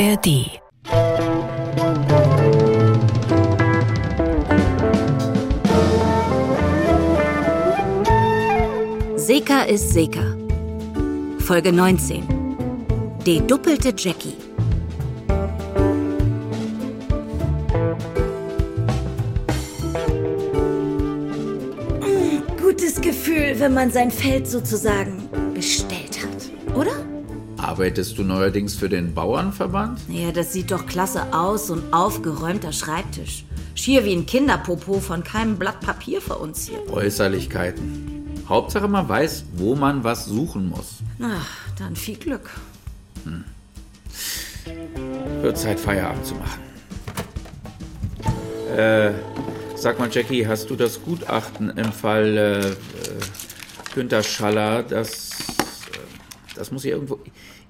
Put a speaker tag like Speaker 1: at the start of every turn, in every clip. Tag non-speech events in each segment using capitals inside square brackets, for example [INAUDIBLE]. Speaker 1: ARD.
Speaker 2: Seka ist Seka. Folge 19. Die doppelte Jackie. Hm, Gutes Gefühl, wenn man sein Feld sozusagen bestellt hat, oder?
Speaker 3: Arbeitest du neuerdings für den Bauernverband?
Speaker 2: Ja, das sieht doch klasse aus, so ein aufgeräumter Schreibtisch. Schier wie ein Kinderpopo von keinem Blatt Papier verunziert.
Speaker 3: Äußerlichkeiten. Hauptsache man weiß, wo man was suchen muss.
Speaker 2: Na, dann viel Glück.
Speaker 3: Wird Zeit, Feierabend zu machen. Äh, sag mal, Jackie, hast du das Gutachten im Fall äh, äh, Günter Schaller, das. äh, Das muss ich irgendwo.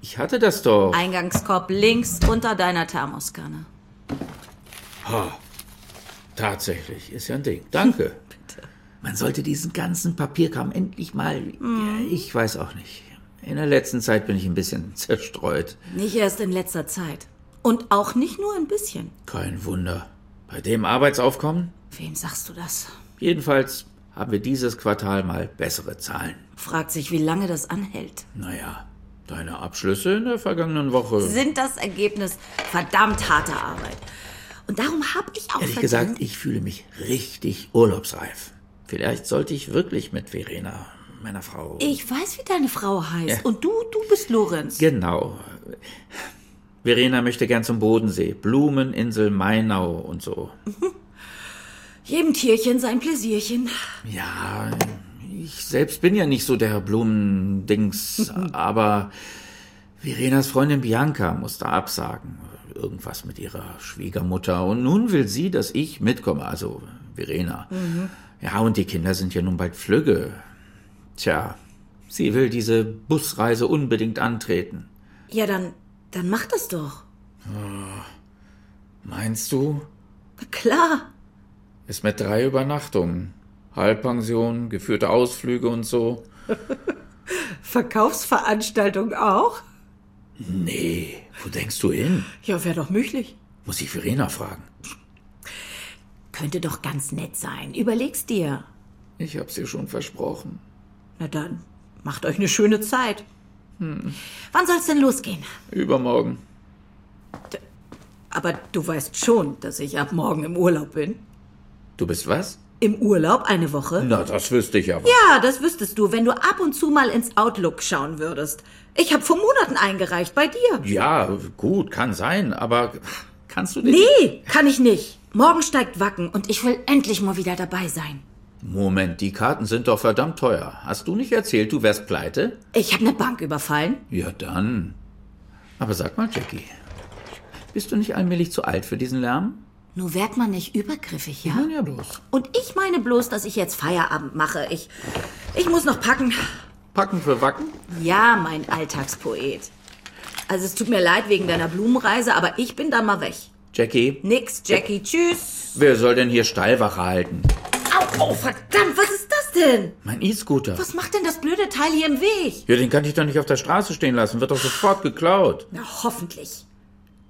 Speaker 3: Ich hatte das doch.
Speaker 2: Eingangskorb links unter deiner Thermoskanne.
Speaker 3: Ah, Tatsächlich, ist ja ein Ding. Danke. Man sollte diesen ganzen Papierkram endlich mal. Ja, ich weiß auch nicht. In der letzten Zeit bin ich ein bisschen [LAUGHS] zerstreut.
Speaker 2: Nicht erst in letzter Zeit. Und auch nicht nur ein bisschen.
Speaker 3: Kein Wunder. Bei dem Arbeitsaufkommen?
Speaker 2: Wem sagst du das?
Speaker 3: Jedenfalls haben wir dieses Quartal mal bessere Zahlen.
Speaker 2: Fragt sich, wie lange das anhält.
Speaker 3: Naja, deine Abschlüsse in der vergangenen Woche.
Speaker 2: Sind das Ergebnis verdammt harter Arbeit. Und darum habe ich auch
Speaker 3: Ehrlich
Speaker 2: verdient-
Speaker 3: gesagt, ich fühle mich richtig urlaubsreif. Vielleicht sollte ich wirklich mit Verena, meiner Frau.
Speaker 2: Ich weiß, wie deine Frau heißt. Und du, du bist Lorenz.
Speaker 3: Genau. Verena möchte gern zum Bodensee, Blumeninsel Mainau und so.
Speaker 2: Jedem Tierchen sein Pläsierchen.
Speaker 3: Ja, ich selbst bin ja nicht so der Blumendings, aber Verenas Freundin Bianca musste absagen. Irgendwas mit ihrer Schwiegermutter. Und nun will sie, dass ich mitkomme, also Verena. Ja, und die Kinder sind ja nun bald flügge. Tja, sie will diese Busreise unbedingt antreten.
Speaker 2: Ja, dann, dann mach das doch.
Speaker 3: Meinst du?
Speaker 2: Klar.
Speaker 3: Ist mit drei Übernachtungen. Halbpension, geführte Ausflüge und so.
Speaker 2: Verkaufsveranstaltung auch?
Speaker 3: Nee, wo denkst du hin?
Speaker 2: Ja, wäre doch möglich.
Speaker 3: Muss ich Verena fragen.
Speaker 2: Könnte doch ganz nett sein. Überleg's dir.
Speaker 3: Ich hab's dir schon versprochen.
Speaker 2: Na dann, macht euch eine schöne Zeit. Hm. Wann soll's denn losgehen?
Speaker 3: Übermorgen.
Speaker 2: Aber du weißt schon, dass ich ab morgen im Urlaub bin. Hm.
Speaker 3: Du bist was?
Speaker 2: Im Urlaub eine Woche?
Speaker 3: Na, das wüsste ich aber.
Speaker 2: Ja, das wüsstest du, wenn du ab und zu mal ins Outlook schauen würdest. Ich habe vor Monaten eingereicht, bei dir.
Speaker 3: Ja, gut, kann sein, aber kannst du nicht.
Speaker 2: Nee, kann ich nicht. Morgen steigt Wacken und ich will endlich mal wieder dabei sein.
Speaker 3: Moment, die Karten sind doch verdammt teuer. Hast du nicht erzählt, du wärst pleite?
Speaker 2: Ich habe eine Bank überfallen.
Speaker 3: Ja, dann. Aber sag mal, Jackie, bist du nicht allmählich zu alt für diesen Lärm?
Speaker 2: Nur werd man nicht übergriffig, ja?
Speaker 3: ja bloß.
Speaker 2: Und ich meine bloß, dass ich jetzt Feierabend mache. Ich, ich muss noch packen.
Speaker 3: Packen für Wacken?
Speaker 2: Ja, mein Alltagspoet. Also es tut mir leid wegen deiner Blumenreise, aber ich bin da mal weg.
Speaker 3: Jackie,
Speaker 2: Nix, Jackie, tschüss.
Speaker 3: wer soll denn hier Stallwache halten?
Speaker 2: Au, au, verdammt, was ist das denn?
Speaker 3: Mein E-Scooter.
Speaker 2: Was macht denn das blöde Teil hier im Weg?
Speaker 3: Ja, den kann ich doch nicht auf der Straße stehen lassen. Wird doch sofort geklaut.
Speaker 2: Na, hoffentlich.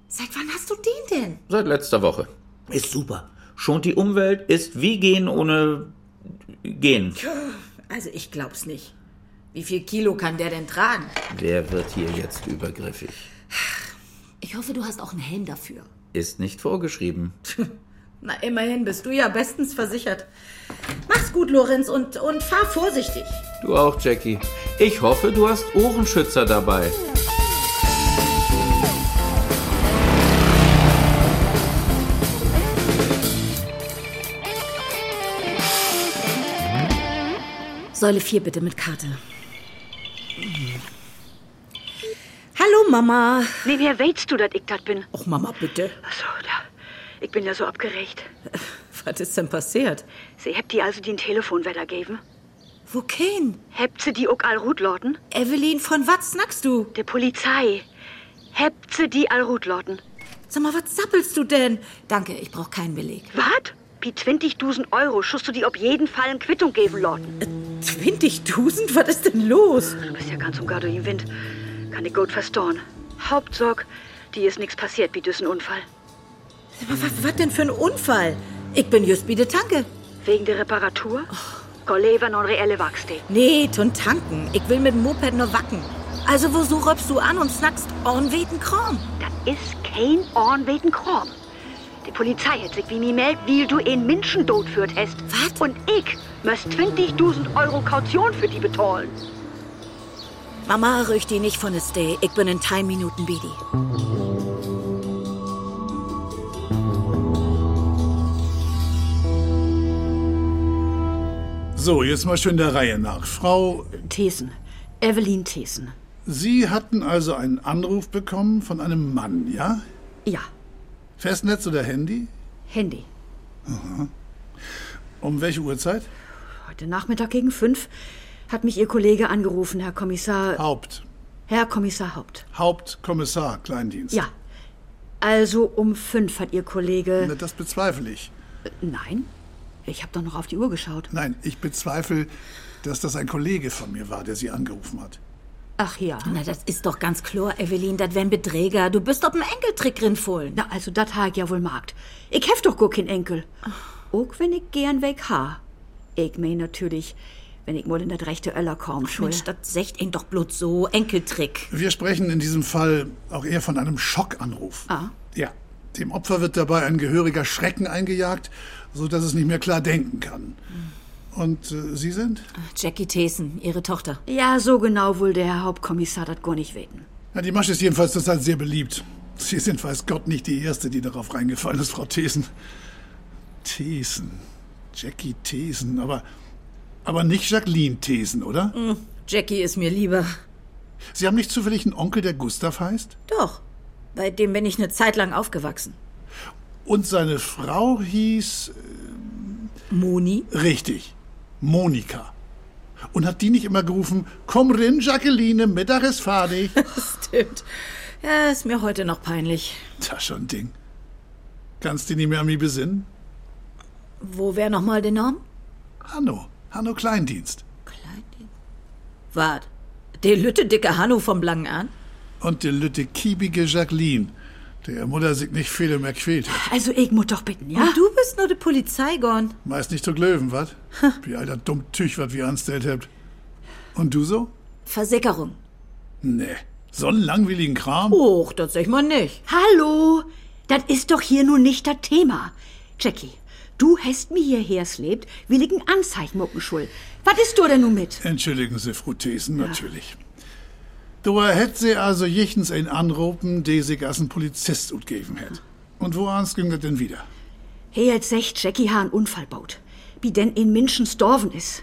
Speaker 2: Seit wann hast du den denn?
Speaker 3: Seit letzter Woche. Ist super. Schont die Umwelt, ist wie gehen ohne gehen.
Speaker 2: Also, ich glaub's nicht. Wie viel Kilo kann der denn tragen?
Speaker 3: Wer wird hier jetzt übergriffig?
Speaker 2: Ich hoffe, du hast auch einen Helm dafür.
Speaker 3: Ist nicht vorgeschrieben.
Speaker 2: Na, immerhin bist du ja bestens versichert. Mach's gut, Lorenz, und, und fahr vorsichtig.
Speaker 3: Du auch, Jackie. Ich hoffe, du hast Ohrenschützer dabei.
Speaker 2: Säule 4 bitte mit Karte. Hallo, Mama.
Speaker 4: Nebenher weißt du, dass ich das bin.
Speaker 2: Och, Mama, bitte.
Speaker 4: Achso, da. Ich bin ja so abgeregt.
Speaker 2: Was ist denn passiert?
Speaker 4: Sie habt die also den Telefon weitergeben?
Speaker 2: Wo kein?
Speaker 4: Habt sie die auch all rutloten?
Speaker 2: Evelyn, von was snackst du?
Speaker 4: Der Polizei. Habt sie die all rutloten?
Speaker 2: Sag mal, was zappelst du denn? Danke, ich brauch keinen Beleg.
Speaker 4: Wat? Pi 20.000 Euro schust du die auf jeden Fall in Quittung geben loten.
Speaker 2: 20.000? Was ist denn los?
Speaker 4: Du bist ja ganz und gar durch den Wind. Kann ich gut verstauen. Hauptsorg, Die ist nichts passiert, wie düssen Unfall.
Speaker 2: Was denn für ein Unfall? Ich bin just bi de Tanke.
Speaker 4: Wegen der Reparatur? Kolle war non reelle Wachste.
Speaker 2: Nee, tun tanken. Ich will mit dem Moped nur wacken. Also wo so röpst du an und snackst on weten Kram?
Speaker 4: Das ist kein Orn wegen Kram. Die Polizei hat sich wie mir meldet, wie du in Menschen tot führt hast.
Speaker 2: Was?
Speaker 4: Und ich muss 20.000 Euro Kaution für die bezahlen.
Speaker 2: Mama rücht die nicht von es Day. Ich bin in drei Minuten Bidi.
Speaker 1: So, jetzt mal schön der Reihe nach. Frau,
Speaker 5: Thesen. Evelyn Thesen.
Speaker 1: Sie hatten also einen Anruf bekommen von einem Mann, ja?
Speaker 5: Ja,
Speaker 1: Festnetz oder Handy?
Speaker 5: Handy.
Speaker 1: Um welche Uhrzeit?
Speaker 5: Heute Nachmittag gegen fünf hat mich Ihr Kollege angerufen, Herr Kommissar.
Speaker 1: Haupt.
Speaker 5: Herr Kommissar Haupt.
Speaker 1: Hauptkommissar, Kleindienst.
Speaker 5: Ja. Also um fünf hat Ihr Kollege.
Speaker 1: Na, das bezweifle ich.
Speaker 5: Nein? Ich habe doch noch auf die Uhr geschaut.
Speaker 1: Nein, ich bezweifle, dass das ein Kollege von mir war, der Sie angerufen hat.
Speaker 5: Ach ja.
Speaker 2: Na, das ist doch ganz klar, Evelyn. Das wären Beträger. Du bist doch ein Enkeltrick rinfohlen.
Speaker 5: Na, also dat ha ich ja wohl magt. Ich hef doch gar keinen Enkel. Auch wenn ich gern weg ha. Ich mein natürlich, wenn ich mal in das rechte Öller komm, schuld.
Speaker 2: Mensch, das secht ihn doch bloß so. Enkeltrick.
Speaker 1: Wir sprechen in diesem Fall auch eher von einem Schockanruf. Ah. Ja. Dem Opfer wird dabei ein gehöriger Schrecken eingejagt, so dass es nicht mehr klar denken kann. Und äh, Sie sind?
Speaker 2: Jackie Thesen, ihre Tochter.
Speaker 5: Ja, so genau wohl der Herr Hauptkommissar dat gar nicht weten.
Speaker 1: Ja, die Masche ist jedenfalls zurzeit sehr beliebt. Sie sind weiß Gott nicht die Erste, die darauf reingefallen ist, Frau Thesen. Thesen. Jackie Thesen. Aber, aber nicht Jacqueline Thesen, oder?
Speaker 2: Jackie ist mir lieber.
Speaker 1: Sie haben nicht zufällig einen Onkel, der Gustav heißt?
Speaker 2: Doch. Bei dem bin ich eine Zeit lang aufgewachsen.
Speaker 1: Und seine Frau hieß,
Speaker 2: Moni? [LAUGHS]
Speaker 1: richtig, Monika. Und hat die nicht immer gerufen, komm rin, Jacqueline, Mittag ist fertig.
Speaker 2: Stimmt. Ja, ist mir heute noch peinlich.
Speaker 1: Das schon Ding. Kannst du nicht mehr an mich besinnen?
Speaker 2: Wo wär noch mal der Name?
Speaker 1: Hanno, Hanno Kleindienst.
Speaker 2: Wart. Der lütte dicke Hanno vom Blangen an?
Speaker 1: Und die lütte kiebige Jacqueline, der Mutter sich nicht viele mehr quält hat.
Speaker 5: Also ich muss doch bitten, ja?
Speaker 2: Und du bist nur die Polizei gorn.
Speaker 1: Meist nicht zu glöwen, wat? Wie alter dumm Tüch, wat wir anstellt habt. Und du so?
Speaker 2: Versickerung.
Speaker 1: Nee. So einen langweiligen Kram?
Speaker 2: Och, das sag ich mal nicht.
Speaker 5: Hallo, das ist doch hier nun nicht das Thema. Jackie, du hast mir hierher slebt, will ich ein Anzeichen mucken schuld. Was ist du denn nun mit?
Speaker 1: Entschuldigen Sie, Frau Thesen, natürlich. Du hätt sie also jichtens einen anrufen, der sich als ein Polizist gegeben hätt. Und wo ans ging das denn wieder?
Speaker 5: Hey, jetzt secht Jackie ha einen Unfall baut, wie denn in München storven ist.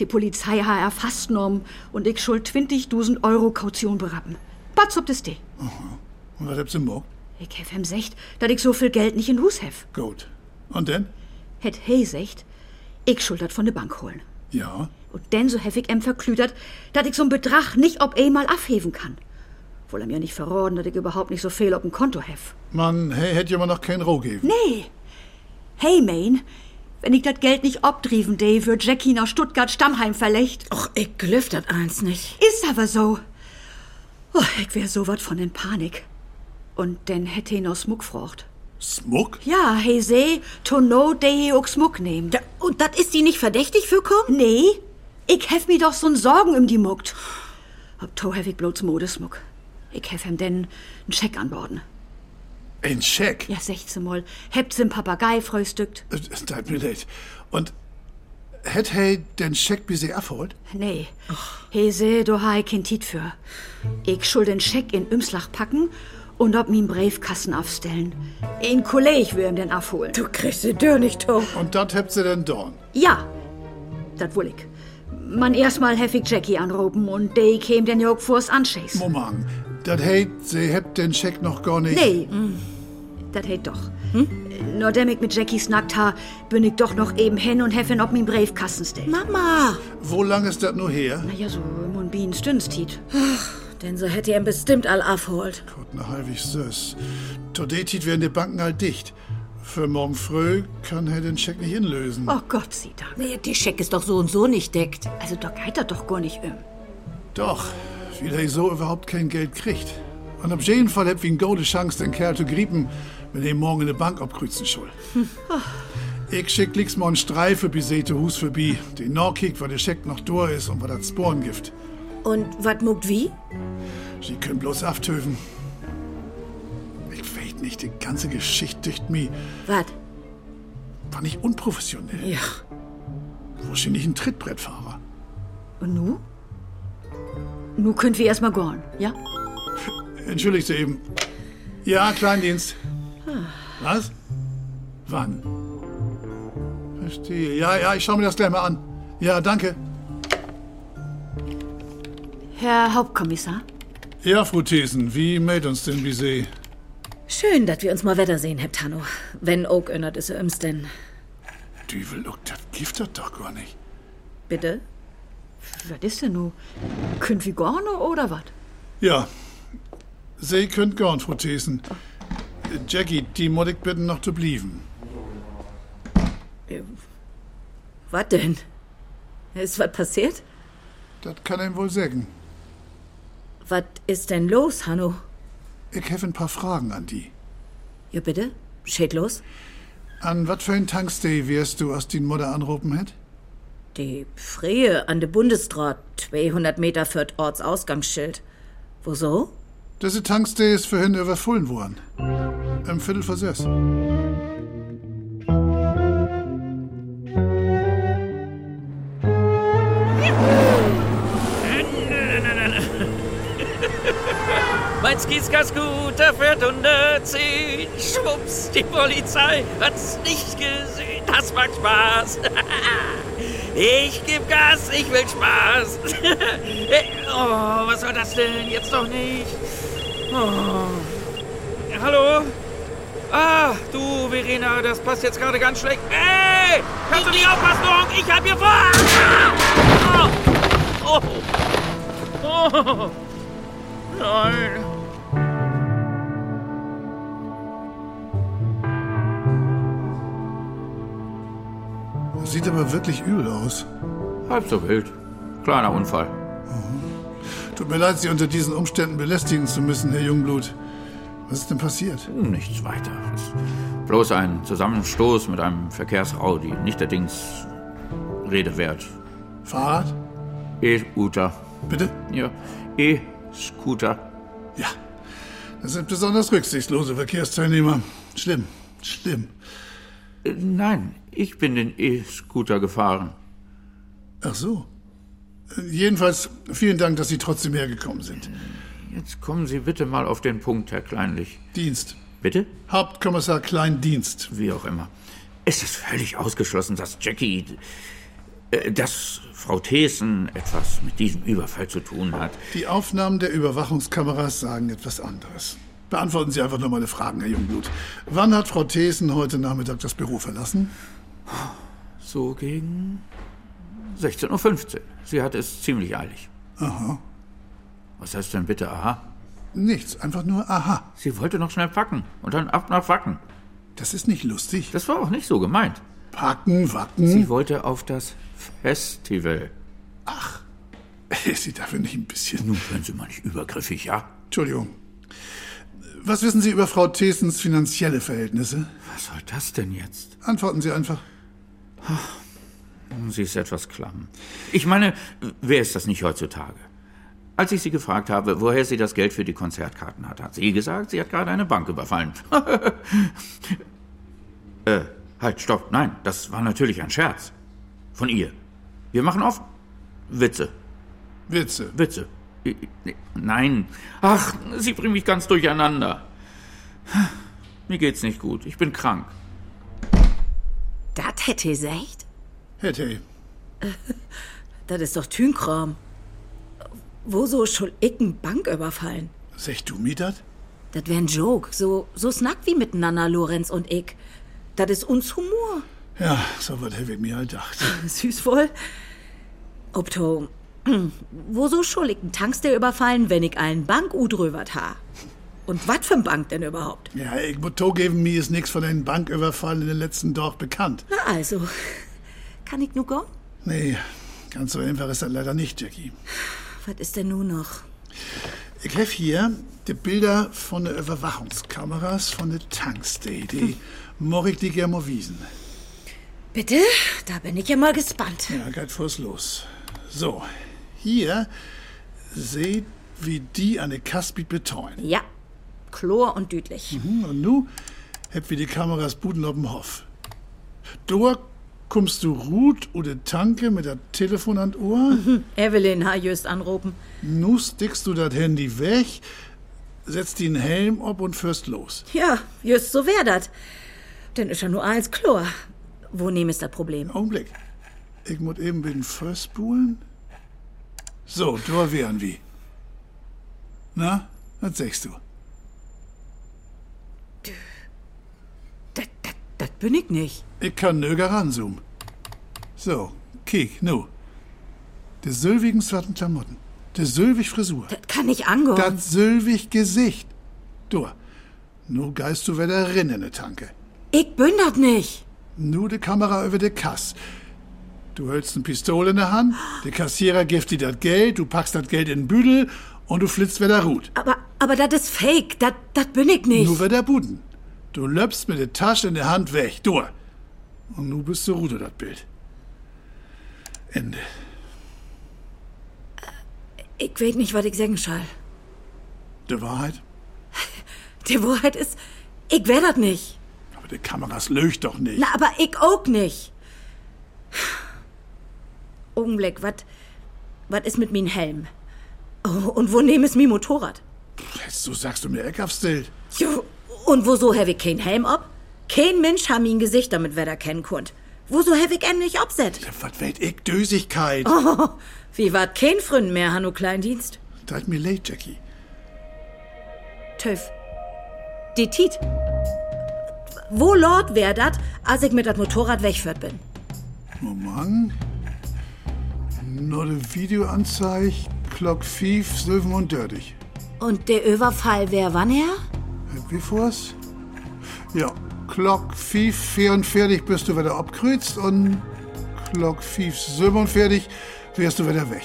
Speaker 5: Die Polizei ha erfasst genommen und ich schuld 20.000 Euro Kaution berappen. Was ob das de?
Speaker 1: Und was habt ihr morgen?
Speaker 5: Ich hef ihm secht, dat ich so viel Geld nicht in Hus hef.
Speaker 1: Gut. Und denn?
Speaker 5: Hätt hey secht, ich schuld dat von de Bank holen.
Speaker 1: Ja.
Speaker 5: Und denn so hef ich em verklüdert, dat ich so'n Betrag nicht ob einmal abheben kann. Wohl er mir nicht verraten, dat ich überhaupt nicht so viel ob'n Konto hef.
Speaker 1: Man, hey, hätt ja immer noch kein Roh geben.
Speaker 5: Nee. Hey, Main, wenn ich dat Geld nicht obdrieven de, wird Jackie nach Stuttgart Stammheim verlegt.
Speaker 2: Och, ich glüft das eins nicht.
Speaker 5: Ist aber so. Oh, ich wär so wat von in Panik. Und denn hätte ich noch Smuck frocht.
Speaker 1: Smuck?
Speaker 5: Ja, hey, seh, to know, de he auch Smuck nehmen.
Speaker 2: Da, und das ist die nicht verdächtig für kommen?
Speaker 5: Nee, ich hef mir doch so'n Sorgen um die muckt. Ob to hef ich bloß Modesmuck. Ich hef ihm denn einen Scheck anborden.
Speaker 1: Ein Scheck?
Speaker 5: Ja, 16 Mal. Hebt's im Papagei frühstückt.
Speaker 1: Äh, Tut mir leid. Und hätt hey den Scheck bis sie abholt?
Speaker 5: Nee. He seh, du ha ich kein Tiet für. Ich schuld den Scheck in Ümslach packen und ob mien Briefkassen aufstellen. Ein Kolleg will ihm den abholen.
Speaker 2: Du kriegst sie dör nicht hoch.
Speaker 1: Und dat habt sie denn dorn.
Speaker 5: Ja, dat will ich. Man erstmal heftig Jackie anrufen und de käm den Jörg vors Anschäß.
Speaker 1: Moment. Dat hey, sie habt den Scheck noch gar nicht.
Speaker 5: Nee, dat hält doch.
Speaker 2: Hm?
Speaker 5: Nur dem ich mit Jackie snackt ha, bin ich doch noch eben hin und heffen ob mien Briefkassen stellt.
Speaker 2: Mama!
Speaker 1: Wo lang ist dat nur her?
Speaker 5: Ja, so im und Bien stünstit.
Speaker 2: Hm. Denn so hätte er ihn bestimmt all abholt.
Speaker 1: Gott, na halbig süß. Todetit werden die Banken halt dicht. Für morgen früh kann hey den Scheck nicht inlösen.
Speaker 5: Oh Gott sei Dank.
Speaker 2: Nee, die Scheck ist doch so und so nicht deckt.
Speaker 5: Also da geht er doch gar nicht um.
Speaker 1: Doch, weil hey so überhaupt kein Geld kriegt. Und op jeden Fall heb ich een gode Chance, den Kerl zu griepen, wenn ich morgen in de Bank abkreuzen soll. Ich schick nix mal einen Streife bis sete Hus für Bi, den Norkick, weil der Scheck noch durch ist und weil das Sporengift.
Speaker 2: Und wat muckt wie?
Speaker 1: Sie können bloß abtöfen. Ich weiß nicht, die ganze Geschichte dicht mir.
Speaker 2: Wat?
Speaker 1: Fand ich unprofessionell.
Speaker 2: Ja.
Speaker 1: Wahrscheinlich ein Trittbrettfahrer.
Speaker 5: Und nu? Nu könnt wir erstmal gorn, ja?
Speaker 1: Entschuldigt eben. Ja, Kleindienst. Was? Wann? Verstehe. Ja, ja, ich schaue mir das gleich mal an. Ja, danke.
Speaker 5: Herr Hauptkommissar?
Speaker 1: Ja, Frau Thesen, wie meldet uns denn Bisee?
Speaker 2: Schön, dass wir uns mal wieder sehen, Herr Tanno. Wenn Oak erinnert ist er ims denn.
Speaker 1: Düvel, look, das gibt das doch gar nicht.
Speaker 2: Bitte?
Speaker 5: Was ist denn nu? Könnt wir gorn oder wat?
Speaker 1: Ja, Sie könnt gorn, Frau Thesen. Jackie, die muss ich bitten, noch zu blieben.
Speaker 2: Wat denn? Ist wat passiert?
Speaker 1: Das kann ihm wohl sagen.
Speaker 2: Wat ist denn los, Hanno?
Speaker 1: Ich habe ein paar Fragen an die.
Speaker 2: Ja, bitte? Steht los?
Speaker 1: An was für ein Tankstay wärst du, aus den Mutter anrufen hätt?
Speaker 2: Die Freie an der Bundesstraat, 200 Meter führt Ortsausgangsschild. Wieso?
Speaker 1: Diese Tankstay ist vorhin überfüllen worden. Im Viertel vor sechs.
Speaker 6: Meins geht's ganz gut, da fährt 110. Schwupps, die Polizei hat's nicht gesehen. Das macht Spaß. [LAUGHS] Ich geb Gas, ich will Spaß. [LAUGHS] Oh, was soll das denn? Jetzt doch nicht. Oh. Hallo? Ah, du, Verena, das passt jetzt gerade ganz schlecht. Ey, kannst du nicht aufpassen? Ich hab hier vor... Ah! Oh. Oh. Oh. Nein.
Speaker 1: Das sieht aber wirklich übel aus.
Speaker 3: Halb so wild. Kleiner Unfall.
Speaker 1: Tut mir leid, Sie unter diesen Umständen belästigen zu müssen, Herr Jungblut. Was ist denn passiert?
Speaker 3: Nichts weiter. Es ist bloß ein Zusammenstoß mit einem Verkehrsraudi. Nicht der Dings Rede wert. Eh,
Speaker 1: Fahrrad?
Speaker 3: E-Scooter.
Speaker 1: Bitte?
Speaker 3: Ja, E-Scooter.
Speaker 1: Ja. Das sind besonders rücksichtslose Verkehrsteilnehmer. Schlimm. Schlimm.
Speaker 3: Äh, Nein, ich bin den E-Scooter gefahren.
Speaker 1: Ach so. Äh, Jedenfalls vielen Dank, dass Sie trotzdem hergekommen sind.
Speaker 3: Jetzt kommen Sie bitte mal auf den Punkt, Herr Kleinlich.
Speaker 1: Dienst.
Speaker 3: Bitte?
Speaker 1: Hauptkommissar Klein Dienst.
Speaker 3: Wie auch immer. Es ist völlig ausgeschlossen, dass Jackie, äh, dass Frau Thesen etwas mit diesem Überfall zu tun hat.
Speaker 1: Die Aufnahmen der Überwachungskameras sagen etwas anderes. Beantworten Sie einfach nur meine Fragen, Herr Jungblut. Wann hat Frau Thesen heute Nachmittag das Büro verlassen?
Speaker 3: So gegen 16.15 Uhr. Sie hatte es ziemlich eilig.
Speaker 1: Aha.
Speaker 3: Was heißt denn bitte aha?
Speaker 1: Nichts, einfach nur aha.
Speaker 3: Sie wollte noch schnell packen und dann ab nach Wacken.
Speaker 1: Das ist nicht lustig.
Speaker 3: Das war auch nicht so gemeint.
Speaker 1: Packen, wacken.
Speaker 3: Sie wollte auf das Festival.
Speaker 1: Ist [LAUGHS] sie dafür nicht ein bisschen...
Speaker 3: Nun hören Sie mal nicht übergriffig, ja?
Speaker 1: Entschuldigung. Was wissen Sie über Frau Thesens finanzielle Verhältnisse?
Speaker 3: Was soll das denn jetzt?
Speaker 1: Antworten Sie einfach.
Speaker 3: Sie ist etwas klamm. Ich meine, wer ist das nicht heutzutage? Als ich sie gefragt habe, woher sie das Geld für die Konzertkarten hat, hat sie gesagt, sie hat gerade eine Bank überfallen. [LAUGHS] äh, halt, stopp, nein, das war natürlich ein Scherz. Von ihr. Wir machen oft Witze,
Speaker 1: Witze.
Speaker 3: Witze. I- i- Nein. Ach, sie bringen mich ganz durcheinander. Mir geht's nicht gut. Ich bin krank.
Speaker 2: Dat hätte sie echt?
Speaker 1: Hätte.
Speaker 2: Das ist doch Tünkram. Wo so soll ich n Bank überfallen?
Speaker 1: Sech du mir das?
Speaker 2: Das wär ein Joke. So, so snack wie miteinander, Lorenz und ich. Das ist uns Humor.
Speaker 1: Ja, so was hätte ich mir halt gedacht.
Speaker 2: Süß wohl. [CLEARS THROAT] Obto, wo so soll ich n Tankstell überfallen, wenn ich einen Bank udröbert ha? Und wat für Bank denn überhaupt?
Speaker 1: Ja, ich muss zugeben, mir ist nichts von einem Banküberfall in den letzten Dorf bekannt.
Speaker 2: Na also, kann ich nur gehen?
Speaker 1: Nee, ganz so einfach ist das leider nicht, Jackie.
Speaker 2: Was ist denn nun noch?
Speaker 1: Ich habe hier die Bilder von den Überwachungskameras von der Tankstelle. Die mag ich dir gerne mal wiesen.
Speaker 2: Bitte? Da bin ich ja mal gespannt.
Speaker 1: Ja, geht vor's los. So, hier seht, wie die an der Kaspit betreuen.
Speaker 2: Ja, Chlor und Düdlich.
Speaker 1: Hm, Und nu heb wir die Kameras Buden auf dem Hof. Dort kommst du Ruth oder Tanke mit der Telefon an Ohr.
Speaker 2: Evelyn ha just anrufen.
Speaker 1: nu stickst du das Handy weg, setzt den Helm ab und fährst los.
Speaker 2: Ja, just so wär dat. Denn ist ja nur eins Chlor. Wo nehm ist das Problem?
Speaker 1: Augenblick. Ich muss eben den First spulen. So, da wären wir. Na, was sagst du?
Speaker 2: Das, das, das bin ich nicht.
Speaker 1: Ich kann nöger ranzoomen. So, kiek, nu. De sylvigen zwarten Klamotten. De sylvig Frisur.
Speaker 2: Das kann ich angehören.
Speaker 1: Das sylvig Gesicht. Du, nu geist du wieder rin in de Tanke.
Speaker 2: Ich bin das nicht.
Speaker 1: Nu de Kamera über de Kass. Du hältst eine Pistole in der Hand, der Kassierer gibt dir das Geld, du packst das Geld in den Büdel und du flitzt wieder Rut.
Speaker 2: Aber, aber das ist fake. Das, das bin ich nicht.
Speaker 1: Nu wieder Buden. Du löpst mit der Tasche in der Hand weg, du. Und nu bist du Rute, das Bild. Ende.
Speaker 2: ich weet nicht, was ich sagen soll.
Speaker 1: Der Wahrheit?
Speaker 2: Die Wahrheit ist, ich wär das nicht.
Speaker 1: Aber die Kameras löcht doch nicht.
Speaker 2: Na, aber ich auch nicht. Augenblick, was was ist mit min Helm? Oh, und wo nehm ist mi Motorrad?
Speaker 1: Jetzt du sagst du mir Eckabstell.
Speaker 2: Jo, und wieso habe ich keinen Helm ab? Kein Mensch hat mein Gesicht damit wer da kennen konnt. Wieso habe ich endlich abset?
Speaker 1: Ja, was weet ich? Dösigkeit.
Speaker 2: Oh. Wie wart kein Fründ mehr, Hanno Kleindienst?
Speaker 1: Tut mir leid, Jackie.
Speaker 2: Töff. Die Tiet. Wo Lord wär dat, als ich mit dat Motorrad wegführt bin?
Speaker 1: Oh Mann. Nur de Videoanzeig, Glock 5, Silven und Dördig.
Speaker 2: Und der Überfall wär wann her?
Speaker 1: Wie vor's? Ja, Glock 5, 44 bist du wieder abkreuzt und Glock 5, 47 wärst du wieder weg.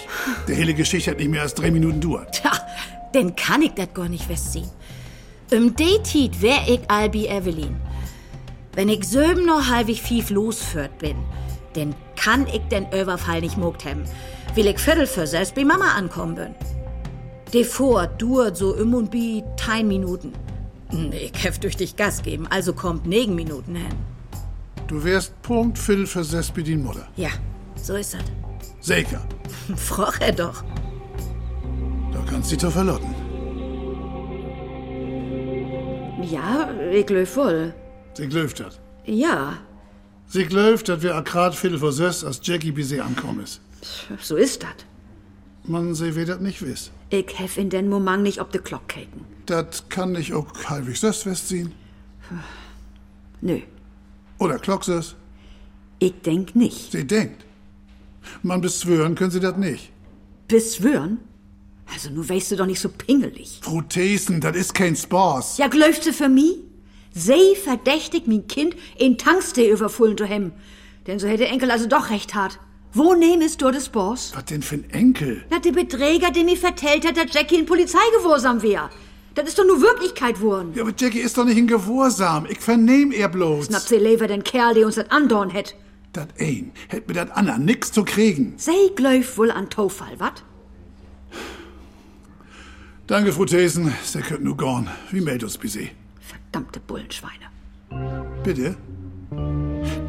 Speaker 1: Der hele Geschichte hat nicht mehr als drei Minuten dauert.
Speaker 2: Tja, denn kann ich dat gar nicht wegziehen. Im Daytit wär ich Albi Evelyn. Wenn ich söben noch halbig fief losführt bin, denn kann ich den Überfall nicht mogt haben, will ich viertel für selbst bei Mama ankommen bin. Devor duert so im und bi tein Minuten. Hm, Ich hef durch dich Gas geben, also kommt negen Minuten hin.
Speaker 1: Du wärst Punkt Viertel für sechs bei din Mutter.
Speaker 2: Ja, so ist das.
Speaker 1: Säker.
Speaker 2: Froch er doch.
Speaker 1: Da kannst du dich doch verlotten.
Speaker 5: Ja, ich glaub wohl.
Speaker 1: Sie glöft hat.
Speaker 5: Ja,
Speaker 1: Sie glöft, dass wir akkurat Viertel vor sechs, als Jackie bis sie ankommen ist.
Speaker 5: so ist dat.
Speaker 1: Man, sie will das nicht wissen.
Speaker 5: Ich hef in den Moment nicht ob de Glock keken.
Speaker 1: Das kann ich auch halbig sechs festziehen.
Speaker 5: Nö,
Speaker 1: Oder Glock sechs.
Speaker 5: ich denk nicht.
Speaker 1: Sie denkt. Man beschwören können sie das nicht.
Speaker 5: Beschwören? Also, nu weißt du doch nicht so pingelig.
Speaker 1: Prothesen, das ist kein Spaß.
Speaker 5: Ja, glaubst du für mich? Sei verdächtig, mein Kind in Tankstee überfüllen zu hem. Denn so hätte Enkel also doch recht hart. Wo nehmest du des Boss?
Speaker 1: Was denn für ein Enkel?
Speaker 5: Na, der Beträger, der mir vertellt hat, dass Jackie in Polizeigewahrsam wär. Das ist doch nur Wirklichkeit worden.
Speaker 1: Ja, aber Jackie ist doch nicht in Gewohrsam. Ich vernehm er bloß.
Speaker 5: Schnapp sie lever den Kerl, der uns das andorn hätt.
Speaker 1: Das ein hätt mit dat Anna nix zu kriegen.
Speaker 5: Sei gläuf wohl an Taufall, wat?
Speaker 1: Danke, Frau Thesen. Sie könnt nur gorn. Wie meldet uns bis sie?
Speaker 5: Verdammte Bullenschweine.
Speaker 1: Bitte?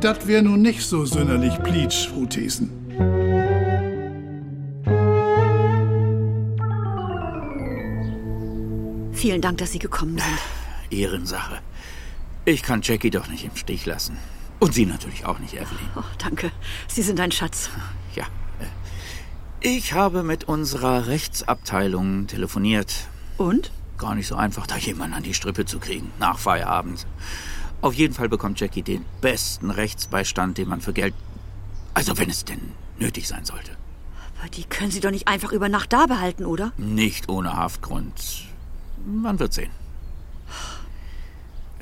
Speaker 1: Das wär nun nicht so sonderlich pleatsch, Frau Thesen.
Speaker 5: Vielen Dank, dass Sie gekommen sind.
Speaker 3: Ehrensache. Ich kann Jackie doch nicht im Stich lassen. Und sie natürlich auch nicht, Evelyn.
Speaker 5: Oh, danke. Sie sind ein Schatz.
Speaker 3: Ja. äh, Ich habe mit unserer Rechtsabteilung telefoniert.
Speaker 5: Und?
Speaker 3: Gar nicht so einfach, da jemanden an die Strippe zu kriegen. Nach Feierabend. Auf jeden Fall bekommt Jackie den besten Rechtsbeistand, den man für Geld. Also, wenn es denn nötig sein sollte.
Speaker 5: Aber die können Sie doch nicht einfach über Nacht da behalten, oder?
Speaker 3: Nicht ohne Haftgrund. Man wird sehen.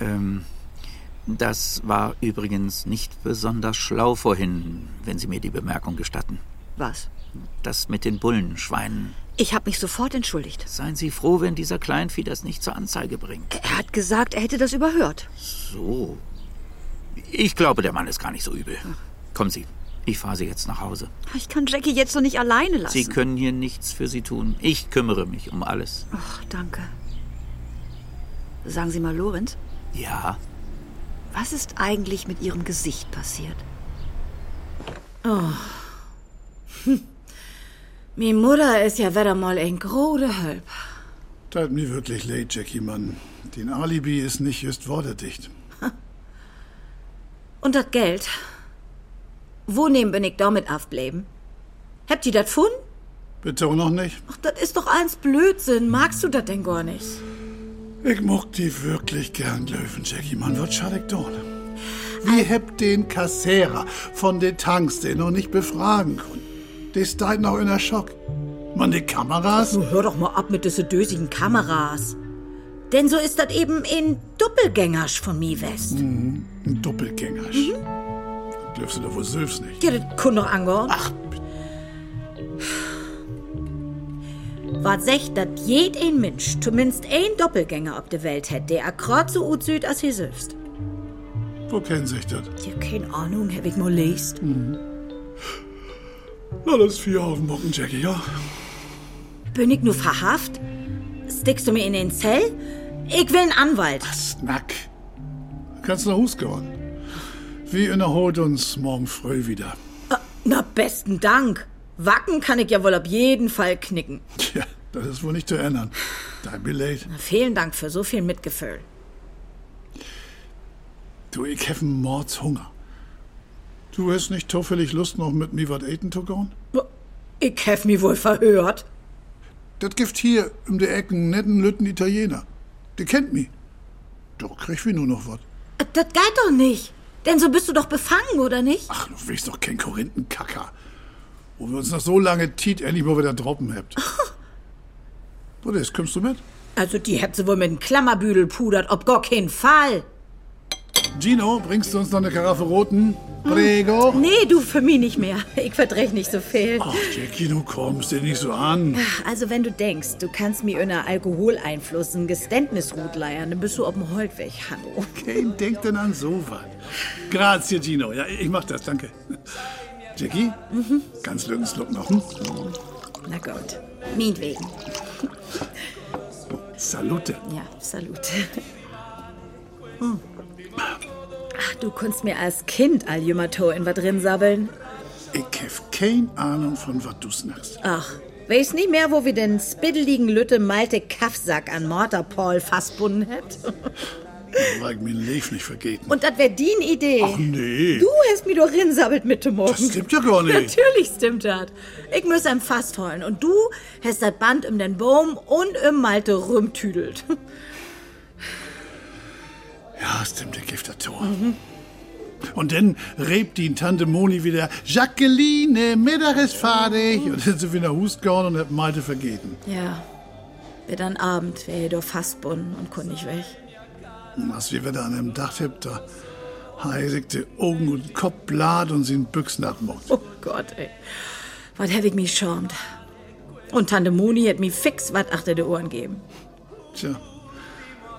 Speaker 3: Ähm, das war übrigens nicht besonders schlau vorhin, wenn Sie mir die Bemerkung gestatten.
Speaker 5: Was?
Speaker 3: Das mit den Bullenschweinen.
Speaker 5: Ich habe mich sofort entschuldigt.
Speaker 3: Seien Sie froh, wenn dieser Kleinvieh das nicht zur Anzeige bringt.
Speaker 5: Er hat gesagt, er hätte das überhört.
Speaker 3: So. Ich glaube, der Mann ist gar nicht so übel. Kommen Sie, ich fahre Sie jetzt nach Hause.
Speaker 5: Ich kann Jackie jetzt noch nicht alleine lassen.
Speaker 3: Sie können hier nichts für Sie tun. Ich kümmere mich um alles.
Speaker 5: Ach, danke. Sagen Sie mal, Lorenz,
Speaker 3: Ja,
Speaker 5: was ist eigentlich mit Ihrem Gesicht passiert?
Speaker 2: Mi Mutter ist ja wieder mal ein grode Hölp.
Speaker 1: Tat mir wirklich leid, Jackie, Mann. Den Alibi ist nicht just wortedicht.
Speaker 2: Und das Geld? Wo nehmen bin ich damit aufbleiben? Habt ihr das gefunden?
Speaker 1: Bitte auch noch nicht.
Speaker 2: Ach, das ist doch eins Blödsinn. Magst du das denn gar nicht?
Speaker 1: Ich mock die wirklich gern, Löwen, Jackie, Mann. Was schadet doch? Wie hebt den Kassierer von den Tanks, den noch nicht befragen können? Der ist da noch in der Schock. Mann, die Kameras?
Speaker 2: Nun hör doch mal ab mit diese dösigen Kameras. Denn so ist das eben ein Doppelgängersch von mir West.
Speaker 1: Ein Doppelgänger. Das dürfst du doch wohl selbst nicht.
Speaker 2: Ja, das kann doch angehören. Ach. Was sagt, dass jed ein Mensch zumindest ein Doppelgänger auf der Welt hätte, der akkurat so gut sieht als er selbst?
Speaker 1: Wo kennen sich das?
Speaker 2: Ja, keine Ahnung, hab ich mal lest.
Speaker 1: Alles vier auf den Mocken, Jackie, ja?
Speaker 2: Bin ich nur verhaft? Stickst du mir in den Zell? Ich will einen Anwalt.
Speaker 1: Snack. Kannst nach Hus gehen. Wir erholt uns morgen früh wieder.
Speaker 2: Ah, Na, besten Dank. Wacken kann ich ja wohl auf jeden Fall knicken.
Speaker 1: Tja, das ist wohl nicht zu ändern. Dein Beleid.
Speaker 2: Vielen Dank für so viel Mitgefühl.
Speaker 1: Du, ich hef einen Mordshunger. Du hast nicht zufällig Lust, noch mit mir was eten zu gehen?
Speaker 2: Ich hab mich wohl verhört.
Speaker 1: Das gibt hier um die Ecken einen netten Lütten Italiener. Der kennt mich. Doch krieg wir nur noch was.
Speaker 2: Äh, Das geht doch nicht. Denn so bist du doch befangen, oder nicht?
Speaker 1: Ach, du willst doch kein Korinthenkacker. Wo wir uns nach so lange Tiet endlich mal wieder droppen habt. Wo ist, kommst du mit?
Speaker 2: Also, die hätt sie wohl mit einem Klammerbüdel pudert, ob gar keinen Fall.
Speaker 1: Gino, bringst du uns noch eine Karaffe Roten? Prego?
Speaker 2: Nee, du für mich nicht mehr. Ich verdrech nicht so viel.
Speaker 1: Ach, Jackie, du kommst dir nicht so an.
Speaker 2: Also, wenn du denkst, du kannst mir unter Alkoholeinfluss ein Geständnisrut leiern, dann bist du auf dem Holtweg, Hanno.
Speaker 1: Wen denkt denn an sowas? Grazie, Gino. Ja, ich mach das, danke. Jackie?
Speaker 2: Mhm.
Speaker 1: Ganz Lüttenslob noch. Hm?
Speaker 2: Na gut. Meinetwegen.
Speaker 1: Salute.
Speaker 2: Ja, salut. Hm. Ach, du konntest mir als Kind Aljumato in was drin sabbeln.
Speaker 1: Ich hab keine Ahnung, von was du snackst.
Speaker 2: Ach, weiß nicht mehr, wo wir den spitteligen Lütte Malte Kaffsack an Mortarpaul fastbunden hätt.
Speaker 1: Weil ich mir Leif nicht vergeten.
Speaker 2: Und das wär din Idee.
Speaker 1: Ach nee.
Speaker 2: Du hast mir doch rinsabbelt mit dem Morgen.
Speaker 1: Das stimmt ja gar nicht.
Speaker 2: Natürlich stimmt das. Ich muss am Fast holen. Und du hast das Band um den Baum und um Malte rumtüdelt.
Speaker 1: Ja, stimmt, der Giftertor.
Speaker 2: Mhm.
Speaker 1: Und dann rebt die Tante Moni wieder, Jacqueline, Mittag ist fertig. Und dann sind wir nach Hus gehauen und hat Malte vergeten.
Speaker 2: Ja, wird dann Abend, wär jedoch fastbunden und kund nicht weg.
Speaker 1: Und Als wir wieder an dem Dach hebt, da heisigte Augen und Kopf blad und sie in Büchsen abmacht.
Speaker 2: Oh Gott, ey. Was hab ich mich schäumt. Und Tante Moni hat mir fix was achter die Ohren gegeben.
Speaker 1: Tja,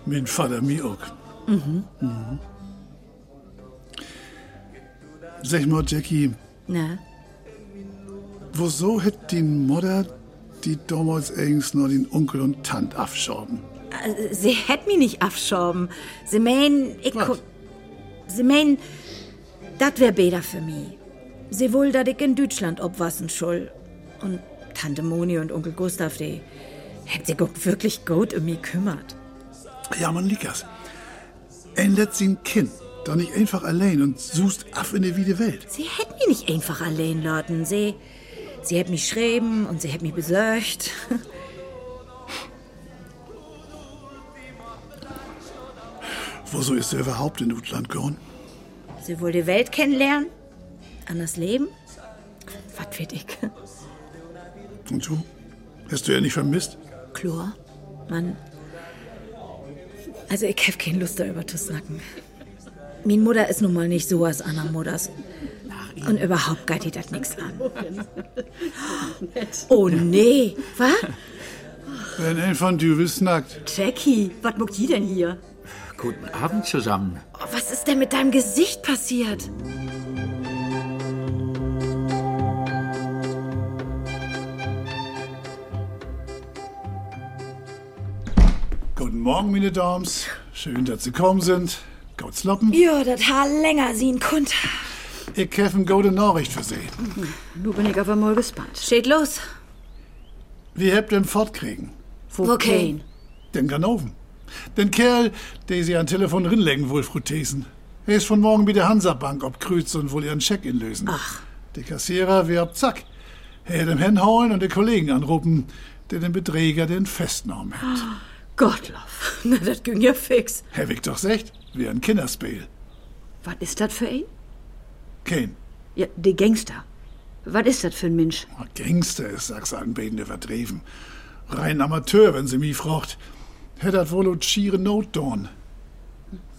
Speaker 1: mein Vater mir auch. Mhm. Sag mal, Jackie,
Speaker 2: Ne?
Speaker 1: wieso hat die Mutter die damals engst noch den Onkel und Tant abschrauben?
Speaker 2: Äh, Sie hätt mich nicht abschoben. Sie meinen, ich
Speaker 1: Was?
Speaker 2: guck. Sie meinen, dat wär besser für mich. Sie wohl, dat ich in Deutschland obwassen schul. Und Tante Moni und Onkel Gustav, die hätten sich auch wirklich gut um mich kümmert.
Speaker 1: Ja, man liegt das. Ein letzten Kind, doch nicht einfach allein und suchst ab in die wide Welt.
Speaker 2: Sie hätten mich nicht einfach allein lassen. Sie, sie hätten mich schreiben und sie hätten mich besorgt. [LAUGHS]
Speaker 1: Wieso ist er überhaupt in Utland gehauen?
Speaker 2: Sie wohl die Welt kennenlernen, anders leben. Was wird ich? [LAUGHS]
Speaker 1: Und du? Hast du ja nicht vermisst?
Speaker 2: Chlor? Mann. Also ich hab keine Lust darüber zu snacken. Min Mutter ist nun mal nicht so als Anna Mutters.
Speaker 3: Ach,
Speaker 2: Und überhaupt geht dir das nichts an. Oh nee, was?
Speaker 1: Wenn ein von Düvel snackt.
Speaker 5: Jackie, was muckt die denn hier?
Speaker 3: Guten Abend zusammen.
Speaker 2: Oh, was ist denn mit deinem Gesicht passiert?
Speaker 1: Guten Morgen, meine Dames. Schön, dass Sie gekommen sind. Gott's Loppen.
Speaker 2: Ja, das Haar länger sehen kund.
Speaker 1: Ich habe eine gute Nachricht für Sie.
Speaker 5: Nun bin ich aber mal gespannt.
Speaker 2: Steht los.
Speaker 1: Wie habt ihr ihn fortkriegen?
Speaker 2: Wo kein?
Speaker 1: Den Ganoven. Den Kerl, der Sie an Telefon rinlegen wohl, Frau Thesen. Er ist von morgen bei der Hansabank obkrüz und wohl ihren Scheck inlösen. Ach. Der Kassierer wird zack. Er dem hinhauen und den Kollegen anrufen, der den Beträger den festgenommen hat.
Speaker 2: Ah.
Speaker 5: Gottlob. [LAUGHS]
Speaker 2: Na, das ging ja fix.
Speaker 1: Herr Victor sagt, wie ein Kinderspiel.
Speaker 5: Was ist das für ein?
Speaker 1: Kein
Speaker 5: Ja, der Gangster. Was ist das für ein Mensch?
Speaker 1: Gangster ist, sag's an betende Verdreven. Rein Amateur, wenn sie mich fragt. Hätt dat wohl und schiere Not dorn.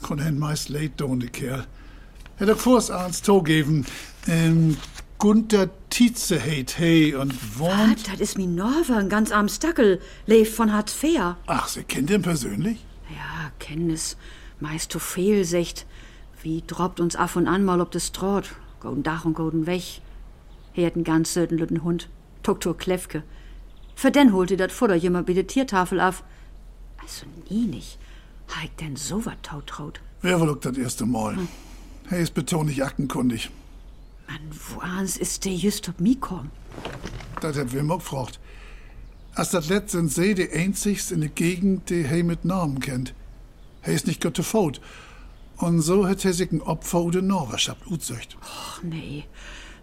Speaker 1: Kon hen meist late dorn, de Kerl. Hätt er vors Arns to geben. Ähm, Gunther Tietze hate hey und
Speaker 5: Ah,
Speaker 1: wohnt.
Speaker 5: das ist mir Norwe, ein ganz arm Stackel. Leif von Hartz Feer.
Speaker 1: Ach, sie kennt ihn persönlich?
Speaker 5: Ja, Kenntnis. Meist zu viel, secht. Wie droppt uns af und an mal ob das traut. Golden Dach und golden Weg. Hier hat einen ganz söten lütten Hund. Doktor Klefke. Für den holte dat Futter jemand bei der Tiertafel af. Also nie nicht. Heik denn so wat tautraut.
Speaker 1: Wer wohl das erste Mal? Hey, ist betont nicht aktenkundig.
Speaker 5: Mann, woans ist der just ob mi komm?
Speaker 1: Das hat Wim auch gefragt. Als das letzte sind sie die einzigst in der Gegend, die hey mit Namen kennt. Hey ist nicht Gotte Faut. Und so hat er sich ein Opfer oder Norwerschaft utzöcht.
Speaker 5: Ach nee,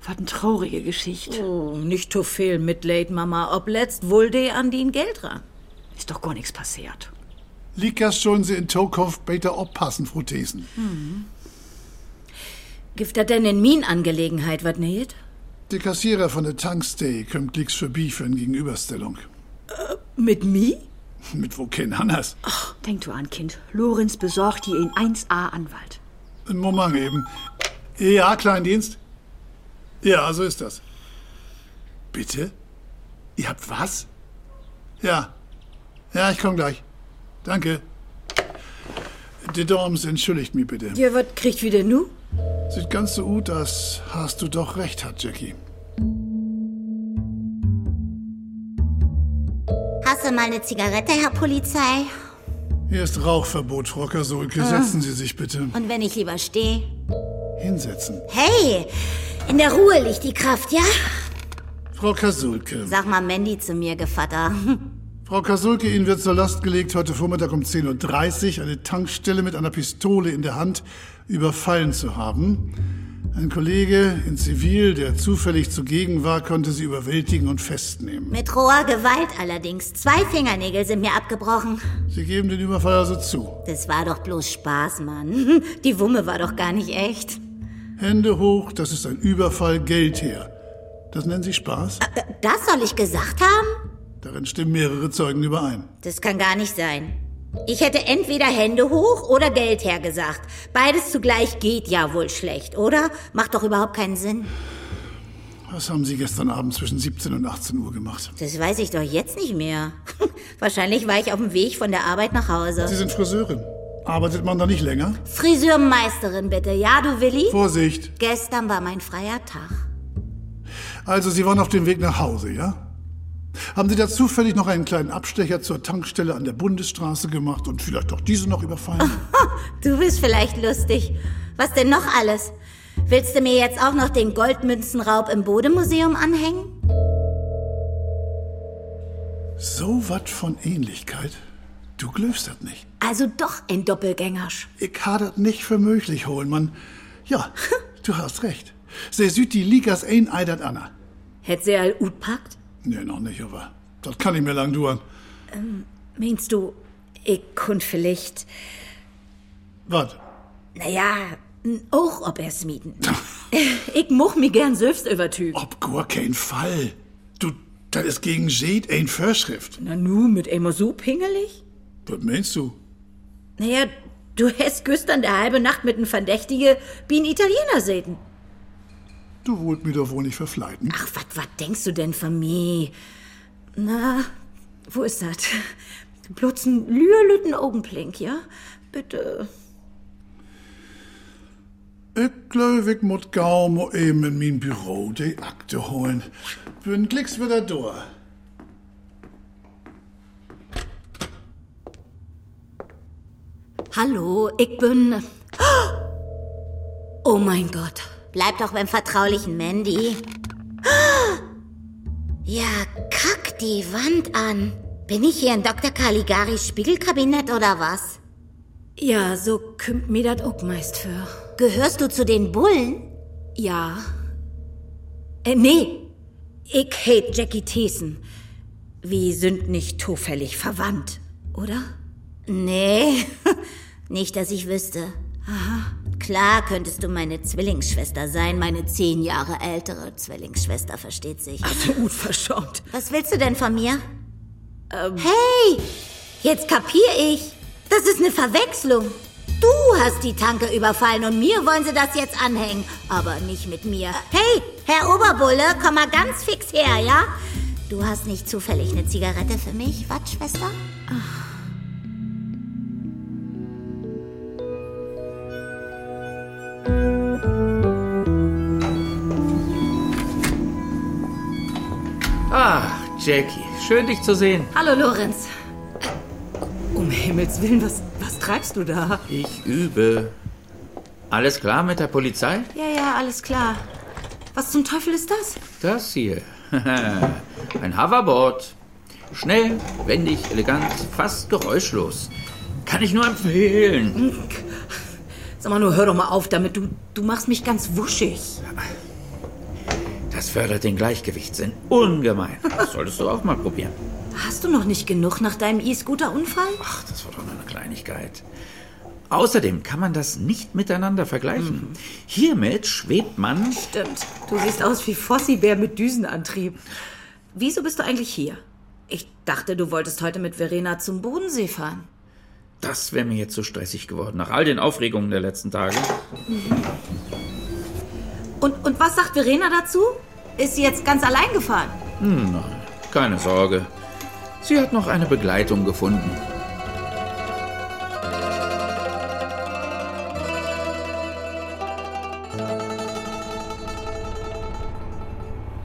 Speaker 5: wat ein traurige Geschicht.
Speaker 2: Oh, nicht zu viel Mitleid, Mama. Ob letzt wohl de an den Geld ran.
Speaker 5: Ist doch gar nix passiert.
Speaker 1: Liegt das schon sie in Tokow besser aufpassen, Frau Thesen.
Speaker 2: Gibt das denn in min Angelegenheit wat nicht?
Speaker 1: Der Kassierer von der Tankstay kommt glicks für Bi für eine Gegenüberstellung. [LAUGHS]
Speaker 2: Mit mi?
Speaker 1: Mit wo kein anders.
Speaker 5: Denk du an, Kind. Lorenz besorgt dir in 1A-Anwalt.
Speaker 1: Ein Moment eben. Ja, Kleindienst. Ja, so ist das. Bitte? Ihr habt was? Ja. Ja, ich komme gleich. Danke. Die Dorms entschuldigt mich bitte.
Speaker 2: Ja, wat kriegt wieder nu?
Speaker 1: Sieht ganz so gut aus, hast du doch recht, hat Jackie.
Speaker 7: Hast du mal eine Zigarette, Herr Polizei?
Speaker 1: Hier ist Rauchverbot, Frau Kasulke. Setzen Sie sich bitte.
Speaker 7: Und wenn ich lieber stehe?
Speaker 1: Hinsetzen.
Speaker 7: Hey, in der Ruhe liegt die Kraft, ja?
Speaker 1: Frau Kasulke.
Speaker 7: Sag mal Mandy zu mir, Gevatter.
Speaker 1: Frau Kasulke, Ihnen wird zur Last gelegt, heute Vormittag um 10.30 Uhr eine Tankstelle mit einer Pistole in der Hand überfallen zu haben. Ein Kollege in Zivil, der zufällig zugegen war, konnte sie überwältigen und festnehmen.
Speaker 7: [LAUGHS] Mit roher Gewalt allerdings. Zwei Fingernägel sind mir abgebrochen.
Speaker 1: Sie geben den Überfall also zu.
Speaker 7: Das war doch bloß Spaß, Mann. [LAUGHS] Die Wumme war doch gar nicht echt.
Speaker 1: Hände hoch, das ist ein Überfall, Geld her. Das nennen Sie Spaß?
Speaker 7: Das soll ich gesagt haben?
Speaker 1: Darin stimmen mehrere Zeugen überein.
Speaker 7: Das kann gar nicht sein. Ich hätte entweder Hände hoch oder Geld hergesagt. Beides zugleich geht ja wohl schlecht, oder? Macht doch überhaupt keinen Sinn.
Speaker 1: Was haben Sie gestern Abend zwischen 17 und 18 Uhr gemacht?
Speaker 7: Das weiß ich doch jetzt nicht mehr. [LAUGHS] Wahrscheinlich war ich auf dem Weg von der Arbeit nach
Speaker 1: Sie
Speaker 7: Hause.
Speaker 1: sind Friseurin. Arbeitet man da nicht länger?
Speaker 7: Friseurmeisterin bitte, ja du Willi?
Speaker 1: Vorsicht!
Speaker 7: Gestern war mein freier Tag.
Speaker 1: Also, Sie waren auf dem Weg nach Hause, ja? Haben Sie da zufällig noch einen kleinen Abstecher zur Tankstelle an der Bundesstraße gemacht und vielleicht doch diese noch überfallen?
Speaker 7: Du bist vielleicht lustig. Was denn noch alles? Willst du mir jetzt auch noch den Goldmünzenraub im Bodemuseum anhängen?
Speaker 1: so was von Ähnlichkeit? Du glöfst das nicht.
Speaker 2: Also doch ein Doppelgängersch.
Speaker 1: Ich kann das nicht für möglich holen, Mann. Ja, du hast recht. Se süd die Ligas ein eidert Anna.
Speaker 2: Hätt sie all gut packt?
Speaker 1: Nee, noch nicht, aber das kann ich mir lang duern.
Speaker 2: Meinst du, ich kund vielleicht,
Speaker 1: Wat?
Speaker 2: naja, n auch ob er's
Speaker 8: [LAUGHS]
Speaker 2: mieten. ich moch mi gern selbst übertüg.
Speaker 1: Ob gar kein Fall. Du, das ist gegen Jade ein Vorschrift.
Speaker 2: Na nu, mit einmal so pingelig?
Speaker 1: Was meinst du?
Speaker 2: Naja, du hast gestern der halbe Nacht mit einem Verdächtige wie ein Italiener säten.
Speaker 1: Du wollt mir doch wohl nicht verfleiten.
Speaker 8: Ach, was was denkst du denn [LAUGHS] von mir? Na, wo ist das? [LAUGHS] Bloß ein lüerlütten Augenblink, ja? Bitte.
Speaker 1: Ich glaube, ich muss kaum mal eben in mein Büro die Akte holen. Bin klicks wieder durch.
Speaker 8: Hallo, ich
Speaker 2: [GASPS]
Speaker 8: bin. Oh mein Gott.
Speaker 2: Bleib doch beim vertraulichen Mandy. [GASPS] Ja, kack die Wand an. Bin ich hier in Dr. Caligaris Spiegelkabinett oder was?
Speaker 8: Ja, so kümmt mir das auch meist für.
Speaker 2: Gehörst du zu den Bullen?
Speaker 8: Ja. Äh, nee. Ich hate Jackie Thesen. Wir sind nicht zufällig verwandt, oder?
Speaker 2: Nee, [LAUGHS] nicht, dass ich wüsste. Klar könntest du meine Zwillingsschwester sein, meine zehn Jahre ältere Zwillingsschwester, versteht sich.
Speaker 8: Absolut verschämt.
Speaker 2: Was willst du denn von mir? Hey, jetzt kapier ich. Das ist eine Verwechslung. Du hast die Tanke überfallen und mir wollen sie das jetzt anhängen. Aber nicht mit mir. Hey, Herr Oberbulle, komm mal ganz fix her, ja? Du hast nicht zufällig eine Zigarette für mich, was, Schwester?
Speaker 3: Ach, Jackie, schön dich zu sehen.
Speaker 8: Hallo, Lorenz. Äh, Um Himmels Willen, was, was treibst du da?
Speaker 3: Ich übe. Alles klar mit der Polizei?
Speaker 8: Ja, ja, alles klar. Was zum Teufel ist das?
Speaker 3: Das hier. [LAUGHS] Ein Hoverboard. Schnell, wendig, elegant, fast geräuschlos. Kann ich nur empfehlen.
Speaker 8: Sag mal nur, hör doch mal auf damit. Du, du machst mich ganz wuschig.
Speaker 3: Das fördert den Gleichgewichtssinn ungemein. Das solltest du auch mal probieren.
Speaker 8: Hast du noch nicht genug nach deinem E-Scooter-Unfall?
Speaker 3: Ach, das war doch nur eine Kleinigkeit. Außerdem kann man das nicht miteinander vergleichen. Hiermit schwebt man.
Speaker 8: Stimmt. Du siehst aus wie Fossibär mit Düsenantrieb. Wieso bist du eigentlich hier? Ich dachte, du wolltest heute mit Verena zum Bodensee fahren.
Speaker 3: Das wäre mir jetzt so stressig geworden, nach all den Aufregungen der letzten Tage.
Speaker 8: Und, und was sagt Verena dazu? Ist sie jetzt ganz allein gefahren?
Speaker 3: Keine Sorge. Sie hat noch eine Begleitung gefunden.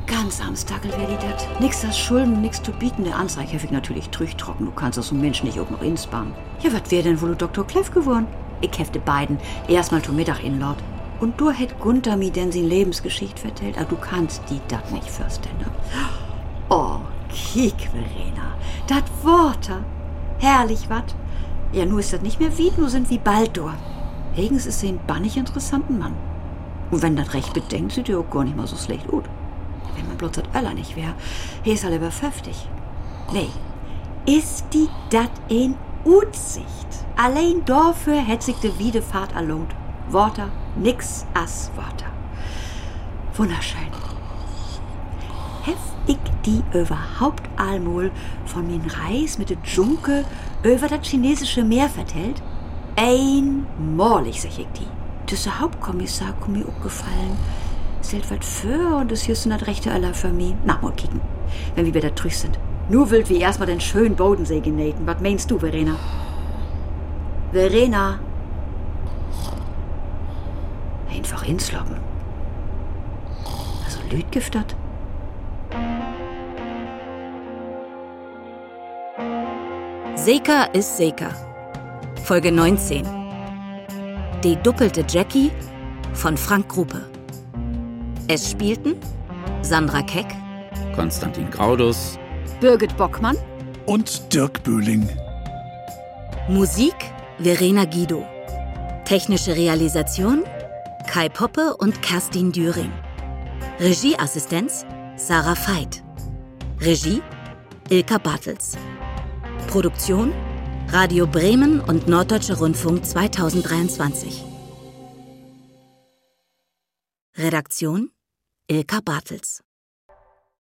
Speaker 5: Ganz am Stackel wär die dat. Nix das Schulden, nix zu bieten. Der Anzeige wird natürlich trüchtrocken. Du kannst das so Mensch nicht auch noch inspannen. Ja, was wär denn wohl du Dr. Kleff geworden? Ich hefte beiden. Erstmal zum Mittag in Lord. Und du hätt Gunther mir denn sie Lebensgeschichte vertellt, aber du kannst die dat nicht fürsten. ne? Oh, kiek, Verena. Dat Worte. Herrlich, wat? Ja, nu ist dat nicht mehr wie, nu sind wie Baldur. Hegens ist ein bannig interessanten Mann. Und wenn dat recht bedenkt, sieht er auch gar nicht mal so schlecht gut. Wenn man bloß das Öller nicht wär, he ist halt über 50. Nee, ist die dat in Utsicht? Allein dafür hätt sich de Wiedefahrt erlohnt. Worter, nix as Worter. Wunderschön. Hef ich die überhaupt allmol von min Reis mit de Dschunke über das chinesische Meer vertellt? Einmalig, sag ich die. Dieser Hauptkommissar kommt mir auch gefallen. Stellt wat für und das hier ist das rechte aller für mich. Na, mal kicken, wenn wir wieder drüch sind. Nur wild wie erstmal den schönen Bodensee genähten. Was meinst du, Verena? Verena! Einfach insloppen. Also Lüd giftert.
Speaker 8: Seka ist Seka. Folge 19. Die doppelte Jackie von Frank Gruppe. Es spielten Sandra Keck,
Speaker 3: Konstantin Graudus,
Speaker 5: Birgit Bockmann?
Speaker 1: Und Dirk Böhling.
Speaker 8: Musik Verena Guido. Technische Realisation Kai Poppe und Kerstin Düring. Regieassistenz Sarah Veit. Regie Ilka Bartels. Produktion Radio Bremen und Norddeutscher Rundfunk 2023. Redaktion Ilka Bartels.